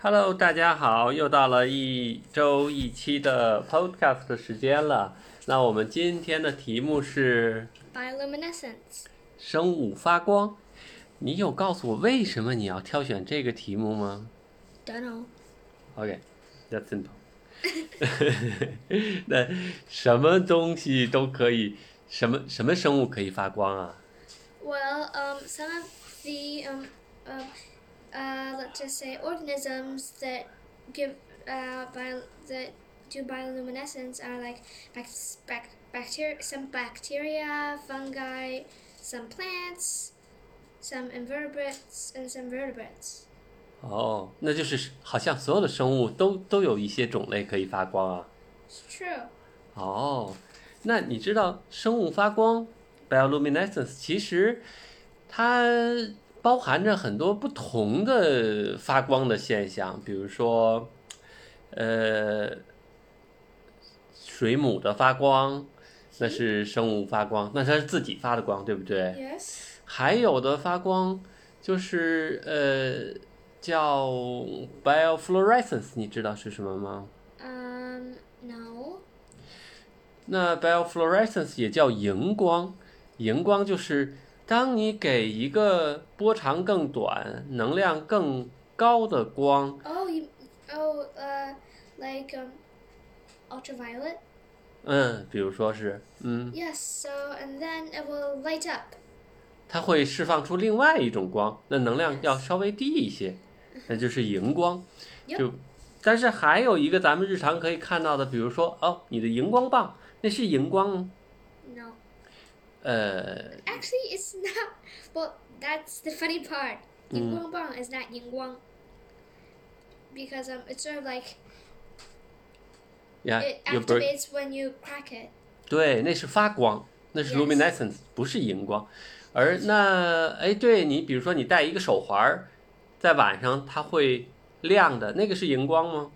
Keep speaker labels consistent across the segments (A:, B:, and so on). A: Hello，大家好，又到了一周一期的 Podcast 的时间了。那我们今天的题目是
B: Bioluminescence，
A: 生物发光。你有告诉我为什么你要挑选这个题目吗
B: don't know，
A: ？OK，that's、simple。那什么东西都可以，什么什么生物可以发光啊？
B: Well, um, some of the um, um, uh, let's just say organisms that give uh, bio, that do bioluminescence are like bac- bac- bacteria, some bacteria, fungi, some plants, some invertebrates, and some vertebrates.
A: 哦，那就是好像所有的生物都都有一些种类可以发光啊。
B: It's true.
A: 哦，那你知道生物发光 （bioluminescence） 其实它包含着很多不同的发光的现象，比如说，呃，水母的发光，那是生物发光，那它是自己发的光，对不对？
B: Yes.
A: 还有的发光就是呃叫 biofluorescence，你知道是什么吗？
B: Um, no.
A: 那 biofluorescence 也叫荧光，荧光就是当你给一个波长更短、能量更高的光，
B: Oh, you, oh, uh, like um, ultraviolet.
A: 嗯，比如说是，嗯，
B: Yes, so and then it will light up.
A: 它会释放出另外一种光，那能量要稍微低一些，那就是荧光。
B: Yep.
A: 就，但是还有一个咱们日常可以看到的，比如说哦，你的荧光棒，那是荧光吗？
B: No.
A: 呃，
B: Actually, it's not. Well, that's the funny part. Yingguang Bang is not Yingguang. Because um, it's sort of like
A: 呀
B: it，
A: 有不是？
B: activates when you crack it.
A: 对，那是发光，那是
B: Yes.
A: luminescence，不是荧光。而那哎，对你，比如说你戴一个手环儿，在晚上它会亮的，那个是荧光吗？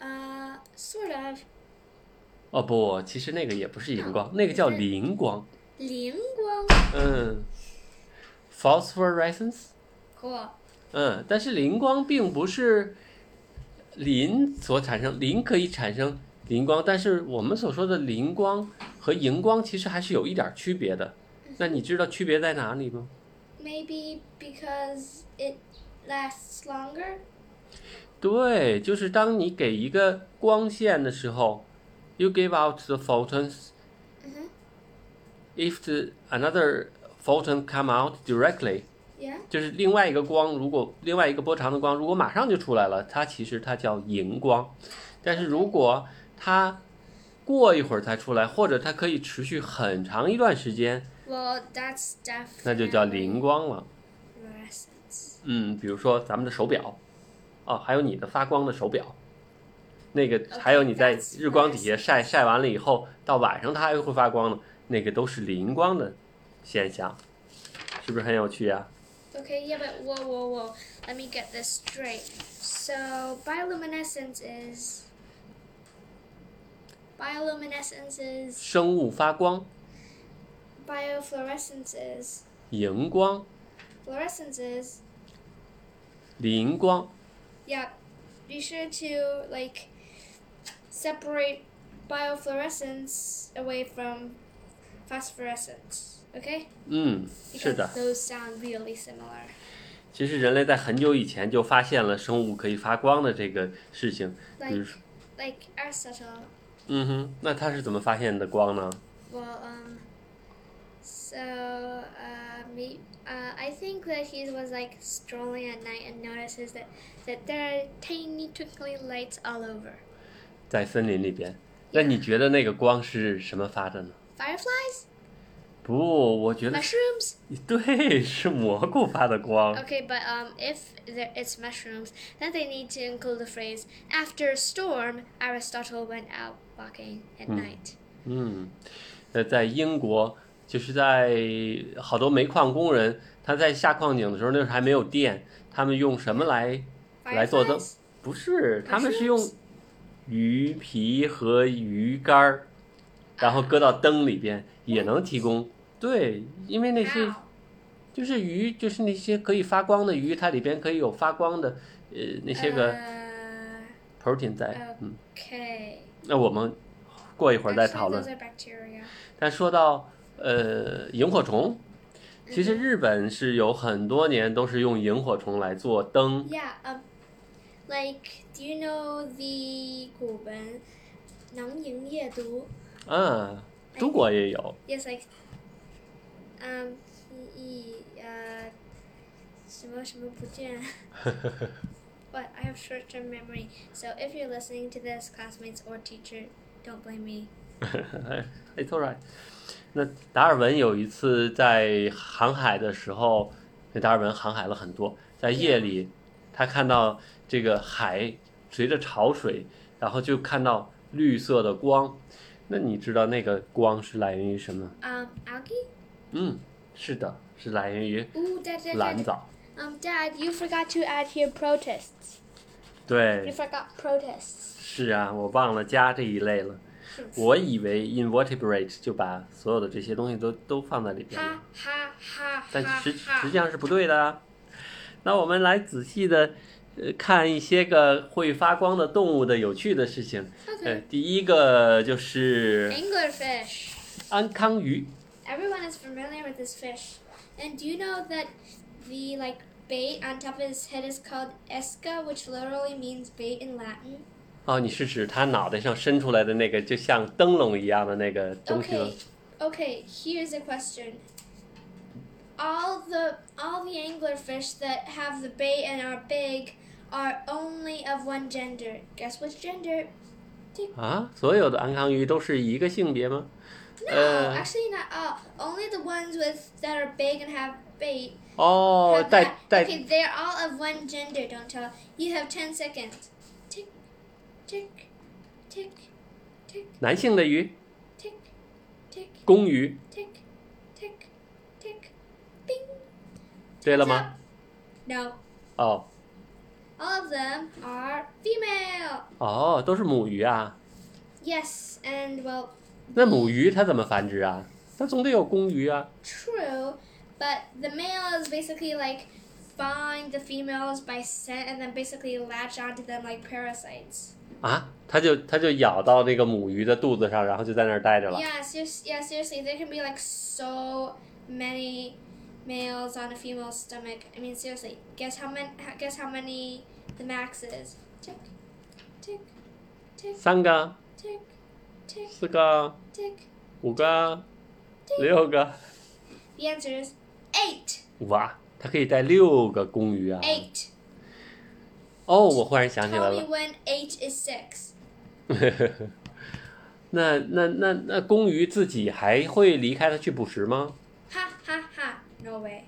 B: Uh, sort of.
A: 哦不，其实那个也不是荧光，那个叫磷光。
B: Yingguang.
A: 嗯，phosphorescence。
B: Cool.
A: 嗯，但是磷光并不是磷所产生，磷可以产生磷光，但是我们所说的磷光和荧光其实还是有一点儿区别的。那你知道区别在哪里吗？
B: Maybe because it lasts longer.
A: 对，就是当你给一个光线的时候，you give out the photons.
B: Mhm.
A: If the another photon come out directly，
B: Yeah.
A: 就是另外一个光，如果另外一个波长的光如果马上就出来了，它其实它叫荧光。但是如果它过一会儿才出来，或者它可以持续很长一段时间，
B: Well, that's definitely.
A: 那就
B: 嗯
A: 叫磷光了。
B: Fluorescence.
A: 嗯，比如说咱们的手表，哦，还有你的发光的手表，那个还有你在
B: that's
A: 日光底下晒晒完了以后，到晚上它还会发光的，那个都是磷光的现象，是不是很有趣啊？
B: Okay, yeah, but whoa, whoa, whoa. Let me get this straight. So, bioluminescence is. Bioluminescence is.
A: 生物发光，
B: Biofluorescence is.
A: 荧光、
B: Fluorescence is.
A: 磷光，
B: Yeah. Be sure to, like, separate biofluorescence away from phosphorescence. Okay?
A: 嗯，是
B: Because
A: 的。
B: those sound really similar.
A: 其实人类在很久以前就发现了生物可以发光的这个事情，比
B: Like,
A: 如说，
B: like Aristotle
A: 嗯哼，那它是怎么发现的光呢？
B: Well, um, so, uh, me, uh, I think that he was like strolling at night and notices that, that there are tiny twinkling lights all over.
A: 在森林里边。那你觉得那个光是什么发的呢？
B: Fireflies?
A: 不，我觉得
B: Mushrooms?
A: 对，是蘑菇发的光。
B: Okay, but um, if there, it's mushrooms, then they need to include the phrase after a storm, Aristotle went out walking at night.
A: 嗯，呃，在英国，就是在好多煤矿工人，他在下矿井的时候，那时候还没有电，他们用什么来来做灯
B: Fireflies?？
A: 不是，他们是用鱼皮和鱼干儿，然后搁到灯里边，也能提供。对，因为那些
B: How?
A: 就是鱼，就是那些可以发光的鱼，它里边可以有发光的呃那些个 protein 在
B: 呃，
A: 嗯，
B: Uh, okay.
A: 那我们过一会儿再
B: Actually,
A: 讨论
B: those。are bacteria.
A: 但说到呃萤火虫，其实日本是有很多年都是用萤火虫来做灯，
B: Yeah. Um, like, do you know the 古本囊萤夜读
A: 嗯，中国也有，
B: ？Yes, like, um, uh, 一呃什么什么不见。But I have short-term memory, so if you're listening to this, classmates or teacher, don't blame me.
A: It's alright。那达尔文有一次在航海的时候，那达尔文航海了很多，在夜里，他看到这个海随着潮水，然后就看到绿色的光。那你知道那个光是来源于什么？
B: Um, algae?
A: 嗯，是的，是来源于
B: Ooh, dad, dad,
A: 蓝
B: dad.
A: 藻。
B: Um, dad, you forgot to add here protests. You
A: 对，
B: forgot protests.
A: 是啊，我忘了加这一类了。我以为 invertebrate 就把所有的这些东西都都放在里边了。
B: Ha ha ha
A: 但
B: ha
A: 实实
B: ha.
A: 际上是不对的啊。那我们来仔细的呃看一些个会发光的动物的有趣的事情。呃，
B: Okay.
A: 第一个就是
B: 哎 Anglerfish.
A: 安康鱼，
B: Everyone is familiar with this fish. And do you know that the like bait on top of his head is called esca, which literally means bait in Latin?
A: 哦，你是指它脑袋上伸出来的那个就像灯笼一样的那个东西吗
B: Okay. Okay, here's a question. All the all the anglerfish that have the bait and are big are only of one gender. Guess which gender?
A: 啊，所有的安康鱼都是一个性别吗？
B: No,
A: Uh,
B: actually not all. Only the ones with that are big and have bait.
A: 哦，
B: have
A: 带
B: that.
A: 带
B: Okay, they're all of one gender. Don't tell. You have ten seconds. Tick, tick, tick, tick,
A: 男性的鱼，
B: tick, tick,
A: 公鱼，
B: tick, tick, tick. Bing.
A: 对了
B: Time's
A: 吗
B: up.？No,
A: 哦
B: all of them are female.
A: 哦，都是母鱼啊。
B: Yes, and well,
A: 那母鱼它怎么繁殖啊？它总得有公鱼啊。
B: True, but the male is basically like find the females by scent and then basically latch onto them like parasites.
A: 啊，它就它就咬到那个母鱼的肚子上，然后就在那儿待着了。
B: Yeah, serious, yeah, seriously, there can be like so many males on a female's stomach. I mean, seriously, guess how many? Guess how many the max is? Tick, tick, tick,
A: 三个、
B: tick, tick,
A: 四个、
B: tick.
A: 五个、六个，
B: The answer is eight,
A: 哇，它可以带六个公鱼啊！
B: eight.
A: 哦，我忽然想起来
B: Tell me
A: 了，
B: when eight is six.
A: 那那那那公鱼自己还会离开它去捕食吗？
B: Ha ha ha! No way.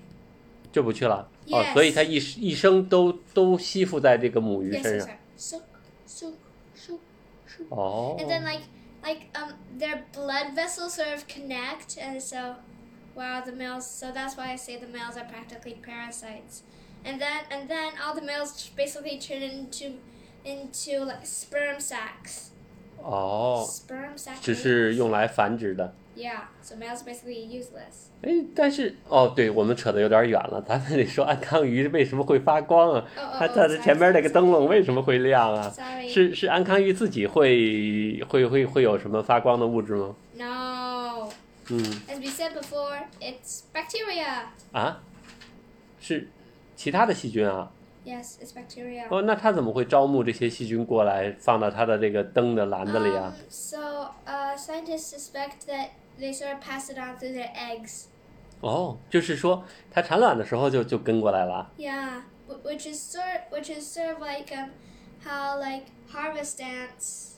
A: 就不去了哦
B: Yes
A: 所以它一一生都都吸附在这个母鱼
B: Yes,
A: 身
B: yes,
A: 上。
B: yes. Soak, soak, soak, soak.
A: 哦，
B: And then like like um their blood vessels sort of connect and so wow the males so that's why I say the males are practically parasites. And then and then all the males t- basically turn into into like sperm sacks.
A: 哦，
B: Sperm sacks.
A: 只是用来繁殖的。
B: Yeah, so males are basically useless.
A: 哎，但是哦，对我们扯得有点远了，咱们得说安康鱼为什么会发光啊？
B: 哦哦嗯
A: 它
B: 哦
A: 它的
B: Oh, ，sorry，
A: 前边那
B: sorry，
A: 个灯笼为什么会亮啊？
B: Sorry.
A: 是是安康鱼自己会会会会有什么发光的物质吗？
B: No.
A: 嗯
B: As we said before, it's bacteria.
A: 啊，是其他的细菌啊？
B: Yes, it's bacteria.
A: 哦，那它怎么会招募这些细菌过来放到它的这个灯的篮子里啊
B: Um,？so, uh, scientists suspect that they sort of pass it on through their eggs.
A: 哦，就是说它产卵的时候就就跟过来了啊。
B: Yeah, wh- which is sort, which is sort of like um, how like harvest ants.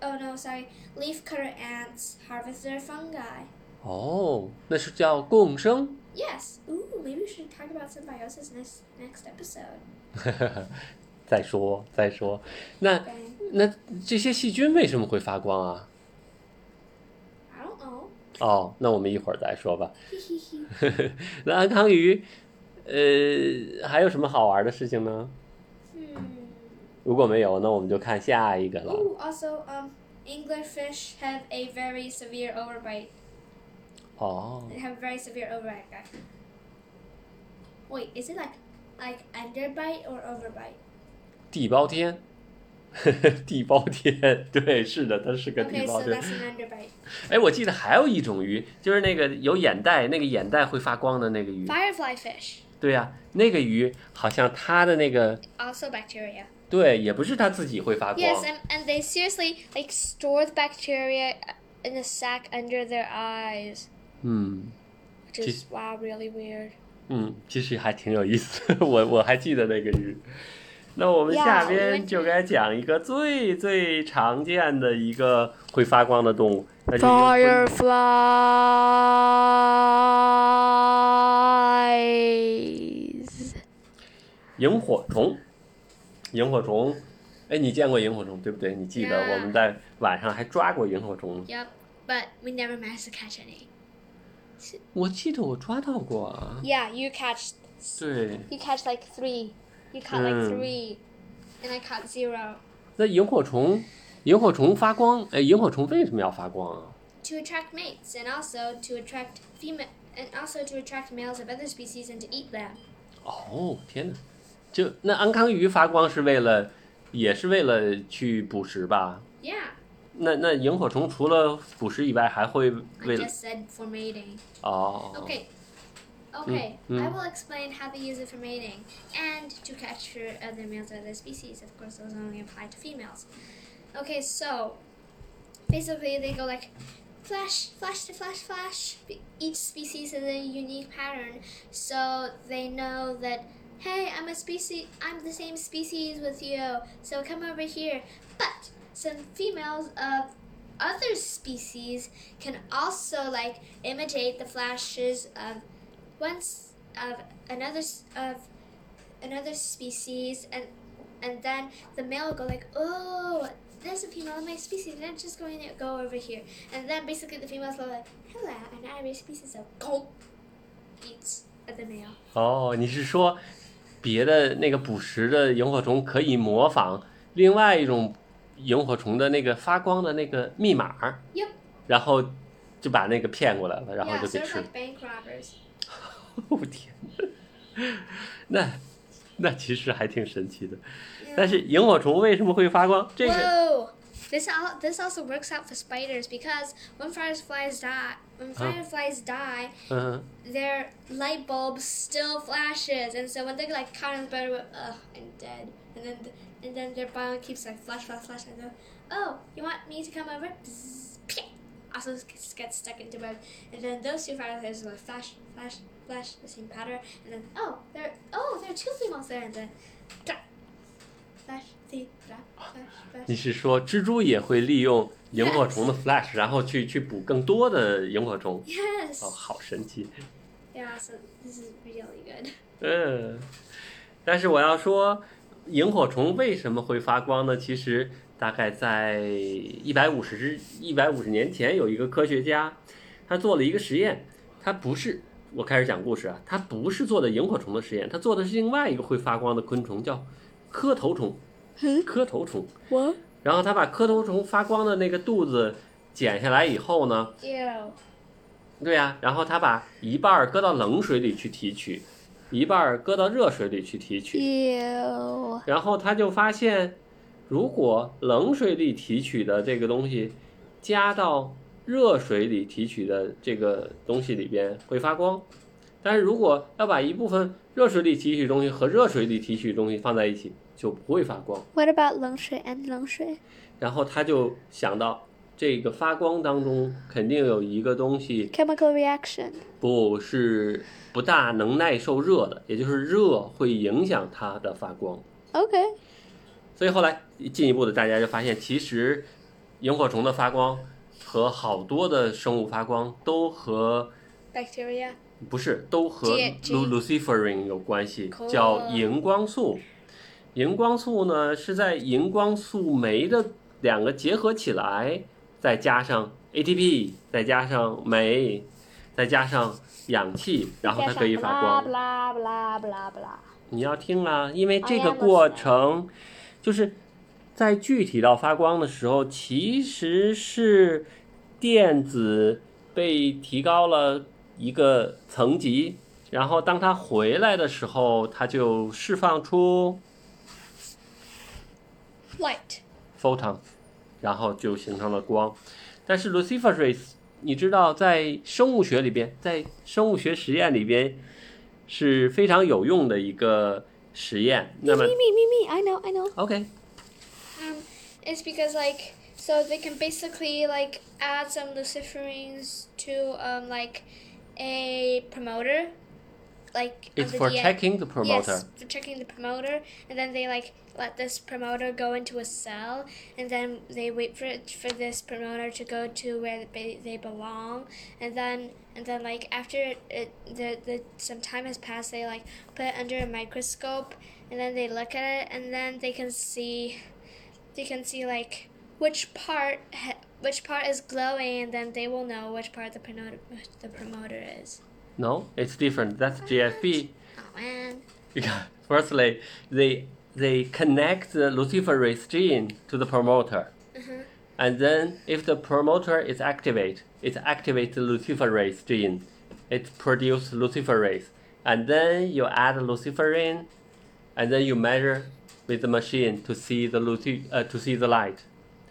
B: Oh no, sorry, leafcutter ants harvest their fungi.
A: 哦，那是叫共生。
B: Yes. Ooh, maybe we should talk about symbiosis next next episode.
A: 再说再说，那
B: Okay.
A: 那这些细菌为什么会发光啊？
B: I don't know. Hmm.
A: 哦，那我们一会儿再说吧。
B: Hee
A: 那安康鱼，呃，还有什么好玩的事情呢？
B: Hmm.
A: 如果没有，那我们就看下一个了。
B: Ooh, also um, anglerfish have a very severe overbite.
A: 哦
B: They have very severe overbite. guys. Wait, is it like like underbite or overbite?
A: 地包天。 地包天，对，是的，它是个
B: Okay,
A: 地包
B: so
A: 天。
B: that's an underbite.
A: 哎，我记得还有一种鱼，就是那个有眼袋，那个眼袋会发光的那个鱼。
B: Firefly fish,
A: 对呀、那个鱼好像它的那个
B: also bacteria.
A: 对，也不是它自己会发光。
B: Yes, and, and they seriously like store the bacteria uh, in a sack under their eyes,
A: 嗯
B: which is wow, really weird.
A: 嗯，其实还挺有意思 的，我我还记得那个鱼。那我们
B: Yeah，
A: 下
B: 我
A: 边
B: 们
A: 就该讲一个最最常见的一个会发光的动物，那就是
C: Fireflies.
A: 萤火虫，萤火虫，哎，你见过萤火虫对不对？你记得
B: Yeah
A: 我们在晚上还抓过萤火虫。
B: Yep, but we never managed to catch any.
A: 我记得我抓到过啊。
B: Yeah, you catch,
A: 对，
B: you catch like three. You caught
A: Mm.
B: like three, and I caught zero.
A: 那萤火虫，萤火虫发光，哎，萤火虫为什么要发光啊？
B: To attract mates, and also to attract female, and also to attract males of other species and to eat them.
A: 哦，天哪！就那安康鱼发光是为了，也是为了去捕食吧？
B: Yeah,
A: 那那萤火虫除了捕食以外，还会
B: I
A: 为了
B: just said for mating.
A: 哦
B: Okay. Okay,
A: mm.
B: I will explain how they use it for mating and to capture other males of other species. Of course, those only apply to females. Okay, so basically they go like flash, flash to flash, flash. Each species has a unique pattern, so they know that hey, I'm a species, I'm the same species with you, so come over here. But some females of other species can also like imitate the flashes of once of another s- of another species and and then the male will go like oh there's a female in my species and i'm just going to go over here and then basically the females go like hello and i'm your species so go eats at the male
A: 哦，你是说别的那个捕食的萤火虫可以模仿另外一种萤火虫的那个发光的那个密码儿，
B: yep
A: 然后就把那个骗过来了，然后
B: yeah
A: 就
B: sort
A: 给
B: of
A: 吃了。
B: like bank robbers
A: 哦天，那那其实还挺神奇的。但
B: yeah.
A: 是萤火虫为什么会发光？这个
B: whoa this all this also works out for spiders because when fireflies die when fireflies die
A: 嗯，
B: their light bulb still flashes, and so when they like caught in the spider web, ugh, I'm dead. And then and then their bio keeps like flash, flash, flash, and then oh, you want me to come over? Bzzz, pia. Also gets gets stuck into web, and then those two fireflies are like flash, flash, flash, the same pattern, and then oh, there, oh, there are two females there, and then da, flash, see, da, flash,
A: 你
B: flash.
A: 是说蜘蛛也会利用萤火虫的 flash，然后去去捕更多的萤火虫？
B: Yes.
A: 哦，好神奇。
B: Yeah. So this is really good.
A: 嗯，但是我要说，萤火虫为什么会发光呢？其实大概在一百五十之一百五十年前，有一个科学家，他做了一个实验，他不是我开始讲故事啊，他不是做的萤火虫的实验，他做的是另外一个会发光的昆虫，叫磕头虫。磕头虫，
C: What?
A: 然后他把磕头虫发光的那个肚子剪下来以后呢，
B: Ew.
A: 对呀、然后他把一半儿搁到冷水里去提取，一半儿搁到热水里去提取，
C: Ew.
A: 然后他就发现，如果冷水里提取的这个东西加到热水里提取的这个东西里边会发光，但是如果要把一部分热水里提取的东西和热水里提取的东西放在一起，就不会发光。
C: What about 冷水 and 冷水?
A: 然后他就想到，这个发光当中肯定有一个东西
C: Chemical reaction.
A: 不是不大能耐受热的，也就是热会影响它的发光。
C: Okay.
A: 所以后来进一步的，大家就发现，其实萤火虫的发光和好多的生物发光都和
B: Bacteria.
A: 不是都和
B: G- G-
A: lu- luciferin 有关系，
B: Cool
A: 叫荧光素。荧光素呢是在荧光素酶的两个结合起来，再加上 ATP，再加上酶，再加上氧气，然后它可以发光。
C: Blah blah blah blah blah.
A: 你要听啦，因为这
C: I
A: 个
C: am
A: 过
C: listening.
A: 程，就是在具体到发光的时候，其实是电子被提高了一个层级，然后当它回来的时候，它就释放出
B: light.
A: photon，然后就形成了光。但是 Lucifer rays，你知道在生物学里边，在生物学实验里边是非常有用的一个实验。那么
C: Me, me, me, me. I know, I know.
A: OK，
B: Um, it's because like so they can basically like add some luciferines to um like a promoter, like of
A: it's
B: the
A: for
B: DNA.
A: checking the promoter
B: Yes, for checking the promoter, and then they like let this promoter go into a cell, and then they wait for it, for this promoter to go to where they, they belong, and then and then like after it, it the, the some time has passed, they like put it under a microscope, and then they look at it, and then they can see, they can see like which part ha- which part is glowing, and then they will know which part the promoter the promoter is.
A: No, it's different. That's GFB.
B: Oh man.
A: Because firstly, they they connect the luciferase gene to the promoter,
B: Mm-hmm.
A: and then if the promoter is activate, it activates the luciferase gene. It produces luciferase, and then you add luciferin, and then you measure with the machine to see the luci- uh, to see the light.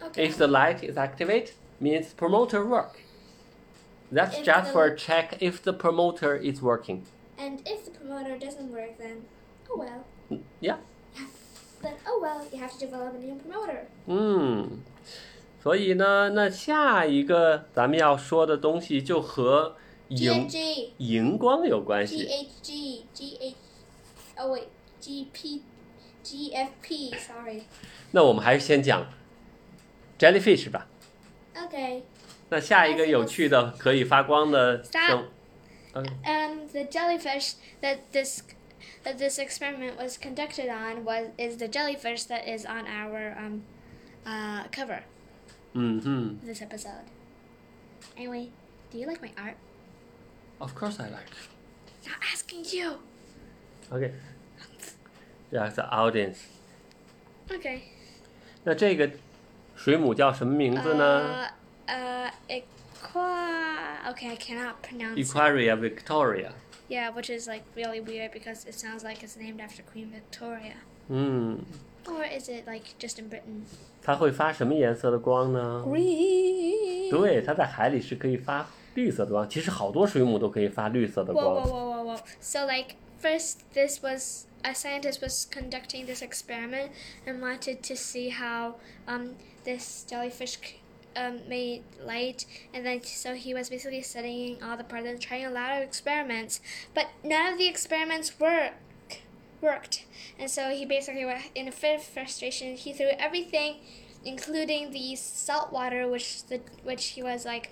B: Okay.
A: If the light is activate, means promoter work. That's
B: If
A: just
B: the-
A: for check if the promoter is working.
B: And if the promoter doesn't work, then oh well.
A: Yeah.
B: Then oh well, you have to develop a new promoter.
A: 嗯，所以呢，那下一个咱们要说的东西就和
B: G
A: 荧
B: N G
A: 荧光有关
B: G
A: 系。
B: H G G H. Oh wait, G P G F P. Sorry.
A: 那我们还是先讲 jellyfish 吧。
B: Okay.
A: 那下一个有趣的可以发光的
B: Stop
A: 生，
B: Um, the jellyfish that this that this experiment was conducted on was is the jellyfish that is on our um uh cover
A: 嗯哼
B: this episode. Anyway, do you like my art?
A: ，Of course I like.
B: Not asking you.
A: OK, yeah, the audience.
B: Okay.
A: 那这个水母叫什么名字呢
B: Uh, uh, Equa. Okay, I cannot pronounce. it.
A: ？Equaria Victoria.
B: Yeah, which is like really weird because it sounds like it's named after Queen Victoria.
A: 嗯，
B: Or is it like just in Britain?
A: 它会发什么颜色的光呢？
C: Green.
A: 对，它在海里是可以发绿色的光。其实好多水母都可以发绿色的
B: Whoa, whoa,
A: 光。
B: whoa, whoa, whoa. So like first, this was a scientist was conducting this experiment and wanted to see how um this jellyfish. c- Um, made light, and then so he was basically studying all the parts and trying a lot of experiments, but none of the experiments worked. worked. And so he basically, went in a fit of frustration, he threw everything, including the salt water, which the which he was like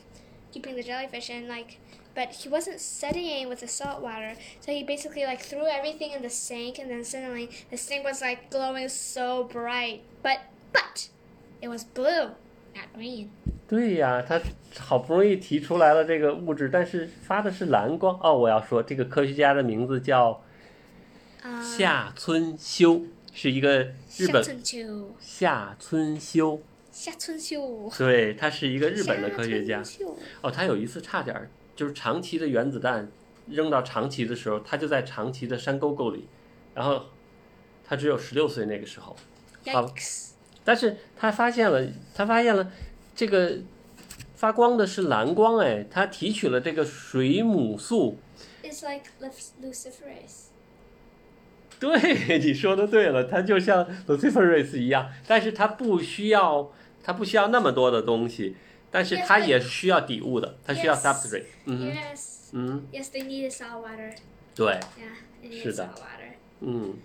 B: keeping the jellyfish in, like. But he wasn't studying with the salt water, so he basically like threw everything in the sink, and then suddenly the sink was like glowing so bright. But but it was blue, not green.
A: 对呀，他好不容易提出来了这个物质，但是发的是蓝光。哦，我要说这个科学家的名字叫
B: Um,
A: 夏村修，是一个日本
B: Shatsunchu.
A: 夏村修。
B: Shatsunchu.
A: 对，他是一个日本的科学家。
B: Shatsunchu.
A: 哦，他有一次差点儿就是长崎的原子弹扔到长崎的时候，他就在长崎的山沟沟里，然后他只有十六岁那个时候。好
B: Yikes.
A: 但是他发现了，他发现了这个发光的是蓝光，哎，他提取了这个水母素。
B: It's like luf- luciferase.
A: 对，你说的对了，它就像 luciferase 一样，但是它不需要，它不需要那么多的东西，但是
B: Yes,
A: 它
B: but-
A: 也需要底物的，它需要
B: Yes.
A: substrate。嗯
B: Yes.
A: 嗯，
B: Yes, they needed salt water.
A: 对，
B: Yeah, they needed
A: Should that.
B: salt water.
A: 嗯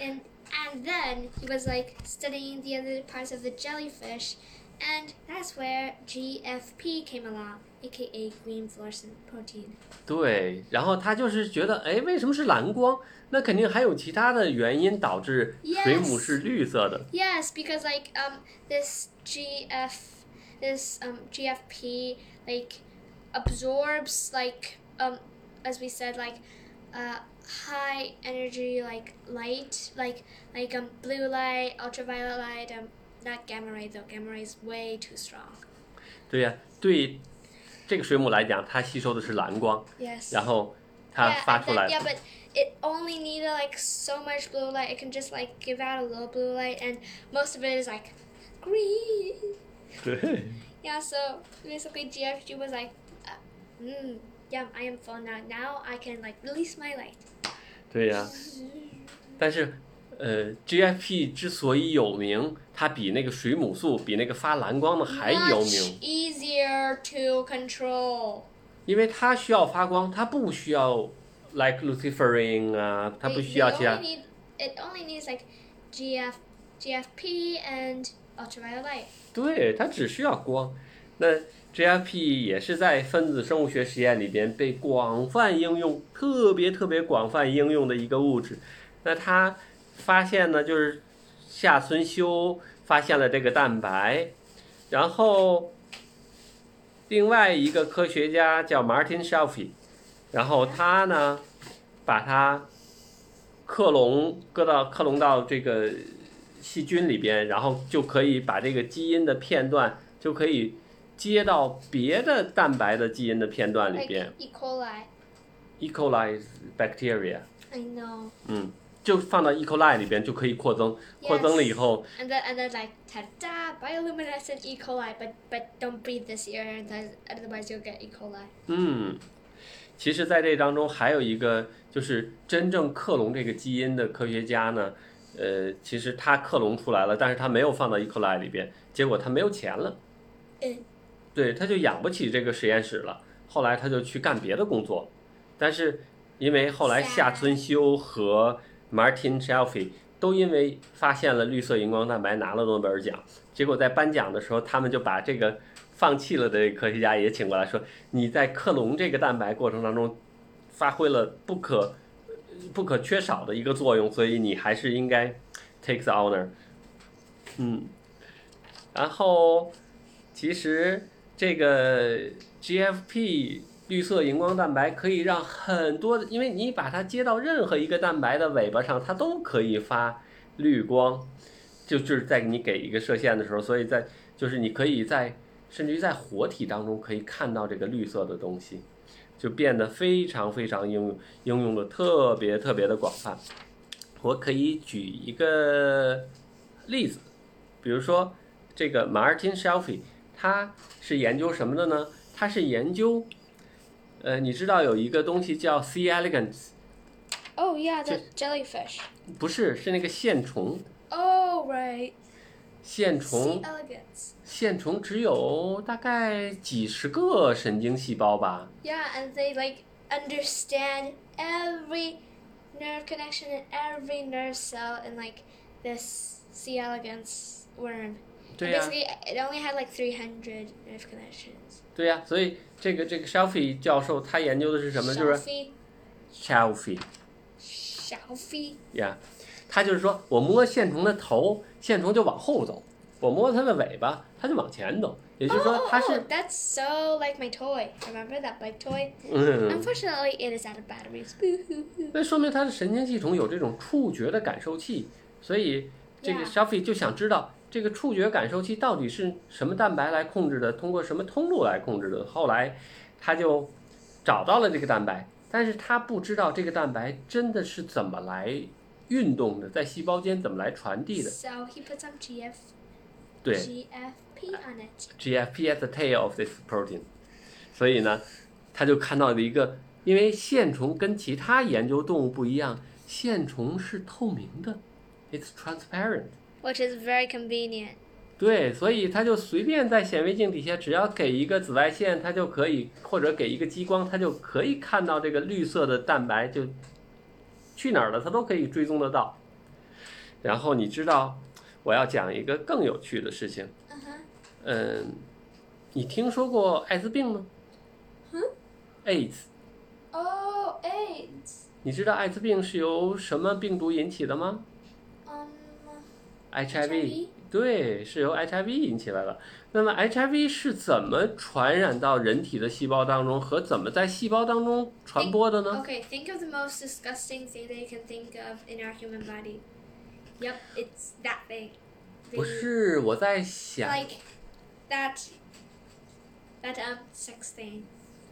B: And and then he was like studying the other parts of the jellyfish, and that's where GFP came along, aka green fluorescent protein.
A: 对，然后他就是觉得，哎，为什么是蓝光？那肯定还有其他的原因导致水母
B: Yes.
A: 是绿色的。
B: Yes, because like um this GF this um GFP like absorbs like um as we said like uh high energy like light like like um blue light, ultraviolet light, um not gamma ray though. Gamma ray is way too strong.
A: 对呀、对这个水母来讲，它吸收的是蓝光，
B: Yes.
A: 然后它
B: yeah,
A: 发
B: and
A: 出
B: then,
A: 来
B: yeah, but it only needed like so much blue light. It can just like give out a little blue light, and most of it is like green.
A: 对
B: Yeah, so basically GFG was like, uh, mm, yeah, I am full now. Now I can like release my light.
A: 对呀、但是呃，GFP 之所以有名，它比那个水母素比那个发蓝光的还有
B: Much
A: 名，
B: easier to control.
A: 因为它需要发光，它不需要 like luciferin 啊，它
B: They-
A: 不
B: they
A: 需要其他
B: only。need, it only needs like GF, GFP and ultraviolet light.
A: 对，它只需要光。那 GFP 也是在分子生物学实验里边被广泛应用，特别特别广泛应用的一个物质。那他发现呢，就是下村修发现了这个蛋白，然后另外一个科学家叫 Martin s h a f i 然后他呢把它克隆搁到克隆到这个细菌里边，然后就可以把这个基因的片段就可以接到别的蛋白的基因的片段里
B: Like
A: 边
B: E. coli.
A: ，E. coli is bacteria，
B: I know.
A: 嗯，就放到 E. coli 里边就可以扩增，扩增了以后，
B: And then and then like ta-da, bioluminescent E. coli. But but don't breathe this year, and then- otherwise you'll get E. coli.
A: 嗯，其实在这当中还有一个就是真正克隆这个基因的科学家呢，呃，其实他克隆出来了，但是他没有放到 E. coli 里边，结果他没有钱了，
B: 嗯，
A: 对，他就养不起这个实验室了，后来他就去干别的工作，但是因为后来夏村修和 Martin s h e l f y 都因为发现了绿色荧光蛋白拿了诺贝尔奖，结果在颁奖的时候，他们就把这个放弃了的科学家也请过来说，你在克隆这个蛋白过程当中发挥了不可不可缺少的一个作用，所以你还是应该 take the honor。嗯，然后其实这个 GFP 绿色荧光蛋白可以让很多，因为你把它接到任何一个蛋白的尾巴上，它都可以发绿光，就就是在你给一个射线的时候，所以在就是你可以在甚至于在活体当中可以看到这个绿色的东西，就变得非常非常应用应用的特别特别的广泛。我可以举一个例子，比如说这个 Martin Shelfy，他是研究什么的呢？他是研究，呃，你知道有一个东西叫 C. elegans，
B: Oh yeah, the jellyfish.
A: 不是，是那个线虫。
B: Oh right.
A: 线
B: C.
A: 虫，
B: elegans.
A: 线虫只有大概几十个神经细胞吧？
B: Yeah, and they like understand every nerve connection in every nerve cell in like this C. elegans worm.
A: 对
B: And
A: 呀、
B: Basically, it only had like 300 nerve connections.
A: 对呀、所以这个这个 Shelfy 教授他研究的是什么？就是
B: Shelfie,
A: Shelfy
B: Shelfie.
A: 呀、他就是说我摸线虫的头，线虫就往后走；我摸它的尾巴，它就往前走。也就是
B: Oh,
A: 说
B: oh,，
A: 它
B: oh,
A: 是
B: that's so like my toy. Remember that bike toy?
A: 嗯，
B: Unfortunately, it is out of batteries. Boo-hoo-hoo.
A: 那说明他的神经系统有这种触觉的感受器，所以这个
B: Yeah.
A: Shafi 就想知道这个触觉感受器到底是什么蛋白来控制的，通过什么通路来控制的。后来他就找到了这个蛋白，但是他不知道这个蛋白真的是怎么来运动的，在细胞间怎么来传递的。
B: So he put some GF,
A: 对
B: GFP on it.
A: GFP at the tail of this protein。所以呢，他就看到了一个，因为线虫跟其他研究动物不一样，线虫是透明的，it's transparent。
B: Which is very convenient.
A: 对，所以他就随便在显微镜底下，只要给一个紫外线，它就可以，或者给一个激光，它就可以看到这个绿色的蛋白就去哪儿了，它都可以追踪得到。然后你知道，我要讲一个更有趣的事情。
B: Uh-huh.
A: 嗯，你听说过艾滋病吗？嗯，AIDS，
B: Oh, AIDS.
A: 你知道艾滋病是由什么病毒引起的吗
B: Um,
A: ？HIV，对，是由 HIV 引起来的。那么 HIV 是怎么传染到人体的细胞当中，和怎么在细胞当中传播的呢？
B: okay, think of the most disgusting thing that you can think of in our human body. Yep, it's that thing.
A: 不是，我在想，
B: like that that um sex thing.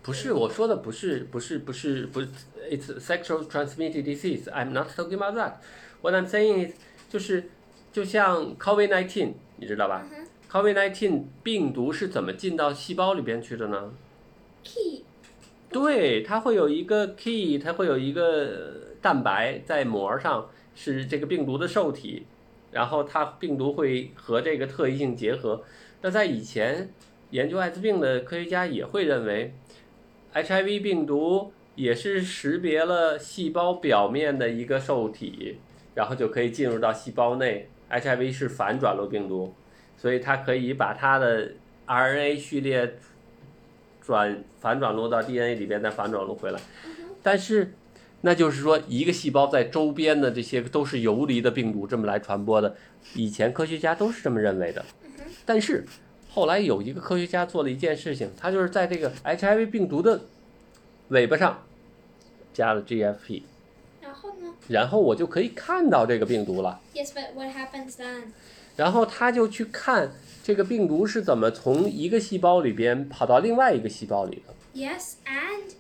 A: 不是我说的不是不是不是不是，it's sexual transmitted disease. I'm not talking about that. What I'm saying is，就是就像 COVID-19，你知道吧、c o v i d 1 9病毒是怎么进到细胞里边去的呢？
B: Key.
A: 对，它会有一个 key，它会有一个呃蛋白在膜上，是这个病毒的受体，然后它病毒会和这个特异性结合。那在以前，研究艾滋病的科学家也会认为，HIV 病毒也是识别了细胞表面的一个受体，然后就可以进入到细胞内。HIV 是反转录病毒，所以它可以把它的 RNA 序列转反转录到 DNA 里边，再反转录回来。但是，那就是说，一个细胞在周边的这些都是游离的病毒这么来传播的。以前科学家都是这么认为的，但是后来有一个科学家做了一件事情，他就是在这个 HIV 病毒的尾巴上加了 GFP，
B: 然后呢？
A: 然后我就可以看到这个病毒了。
B: Yes, but what happens then?
A: 然后他就去看这个病毒是怎么从一个细胞里边跑到另外一个细胞里的。
B: Yes, and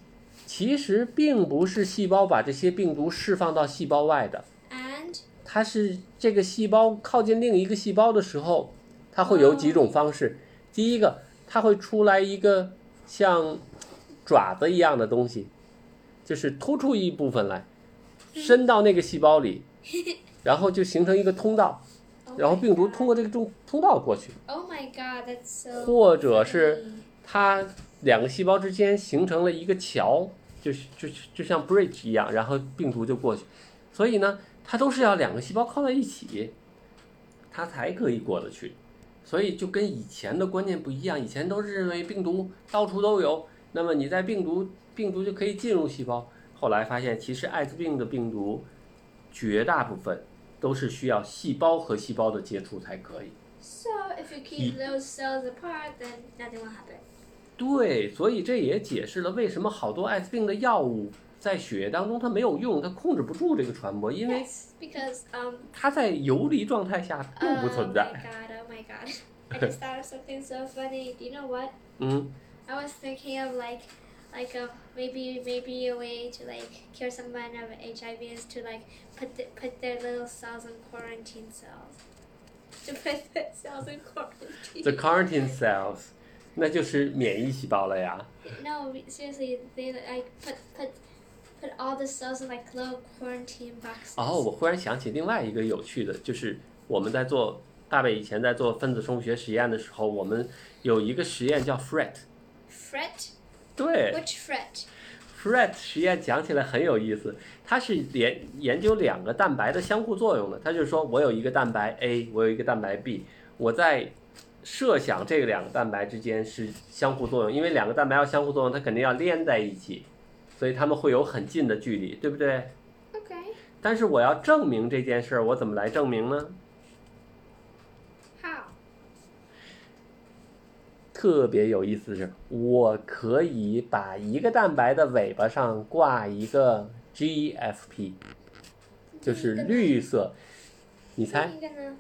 A: 其实并不是细胞把这些病毒释放到细胞外的，
B: and
A: 它是这个细胞靠近另一个细胞的时候，它会有几种方式。第一个，它会出来一个像爪子一样的东西，就是突出一部分来，伸到那个细胞里，然后就形成一个通道，
B: Oh
A: 然后
B: my
A: 病毒
B: God.
A: 通过这个通通道过去，
B: Oh my god, that's so
A: 或者是
B: funny.
A: 它两个细胞之间形成了一个桥，就是就就像 bridge 一样，然后病毒就过去。所以呢，它都是要两个细胞靠在一起，它才可以过得去。所以就跟以前的观念不一样，以前都是认为病毒到处都有，那么你在病毒病毒就可以进入细胞。后来发现，其实艾滋病的病毒绝大部分都是需要细胞和细胞的接触才可以。
B: So if you keep those cells apart, then nothing will happen.
A: 对，所以这也解释了为什么好多艾滋病的药物在血液当中它没有用，它控制不住这个传播，因为
B: Yes, because um.
A: 它在游离状态下并不
B: Oh
A: 存
B: my
A: 在。
B: god! Oh my god! I just thought of something so funny. Do you know what?
A: 嗯
B: I was thinking of like, like um maybe maybe a way to like cure someone of HIV is to like put the, put their little cells in quarantine cells. To put the cells in quarantine.
A: 嗯，the quarantine cells，那就是免疫细胞了呀。
B: No, we- seriously, they like put put put all the cells in like little quarantine boxes.
A: 哦，我忽然想起另外一个有趣的，就是我们在做大卫以前在做分子生物学实验的时候，我们有一个实验叫 FRET。
B: Fret?
A: 对，
B: Which fret?
A: FRET 实验讲起来很有意思，它是研研究两个蛋白的相互作用的。它就是说我有一个蛋白 A，我有一个蛋白 B，我在设想这两个蛋白之间是相互作用，因为两个蛋白要相互作用，它肯定要连在一起，所以它们会有很近的距离，对不对？
B: Okay.
A: 但是我要证明这件事儿，我怎么来证明呢？
B: How?
A: 特别有意思的是，我可以把一个蛋白的尾巴上挂一个 GFP，就是绿色。你
B: What
A: 猜
B: are？you gonna?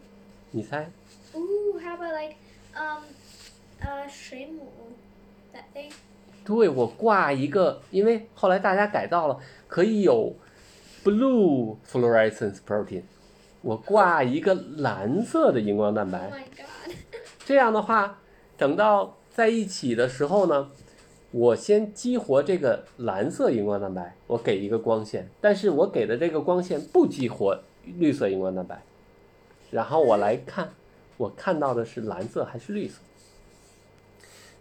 A: 你猜？
B: Ooh, how about like um, uh, shrimp? That thing.
A: 对，我挂一个，因为后来大家改造了，可以有 blue fluorescence protein，我挂一个蓝色的荧光蛋
B: Oh
A: 白。
B: my god.
A: 这样的话，等到在一起的时候呢，我先激活这个蓝色荧光蛋白，我给一个光线，但是我给的这个光线不激活绿色荧光蛋白，然后我来看，我看到的是蓝色还是绿色。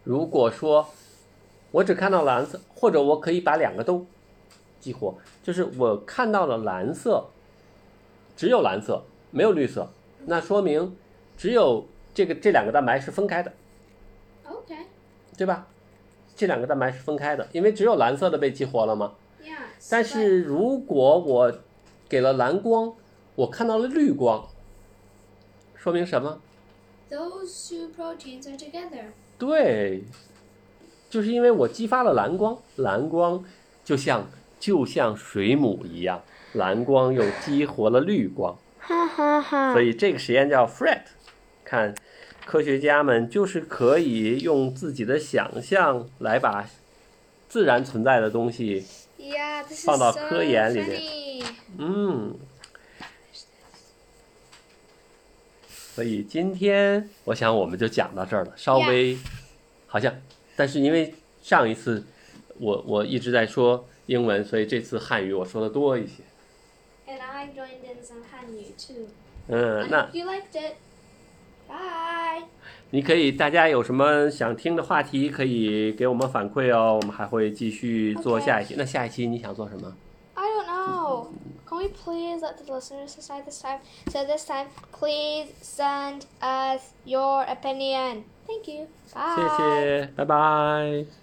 A: 如果说我只看到蓝色，或者我可以把两个都激活，就是我看到了蓝色，只有蓝色，没有绿色，那说明只有这个这两个蛋白是分开的，
B: Okay.
A: 对吧？这两个蛋白是分开的，因为只有蓝色的被激活了嘛。
B: Yeah.
A: 但
B: but-
A: 是如果我给了蓝光，我看到了绿光，说明什么？
B: Those two proteins are together.
A: 对，就是因为我激发了蓝光，蓝光就像就像水母一样，蓝光又激活了绿光。
C: Ha ha
B: 嗯
C: ha.
A: 所以这个实验叫 FRET。看，科学家们就是可以用自己的想象来把自然存在的东西，
B: Yeah, this is
A: 放到
B: so
A: 科研里面。
B: funny.
A: 嗯。所以今天我想我们就讲到这儿了，稍微好像，但是因为上一次我我一直在说英文，所以这次汉语我说的多一些。
B: And I joined in some Hanyu too.
A: 嗯，
B: I
A: 那
B: hope you liked it. Bye.
A: 你可以，大家有什么想听的话题，可以给我们反馈哦，我们还会继续做
B: OK
A: 下一期。那下一期你想做什么？
B: I don't know. Can we please let the listeners decide this time? So this time, please send us your opinion. Thank you. Bye.
A: 谢谢，拜拜。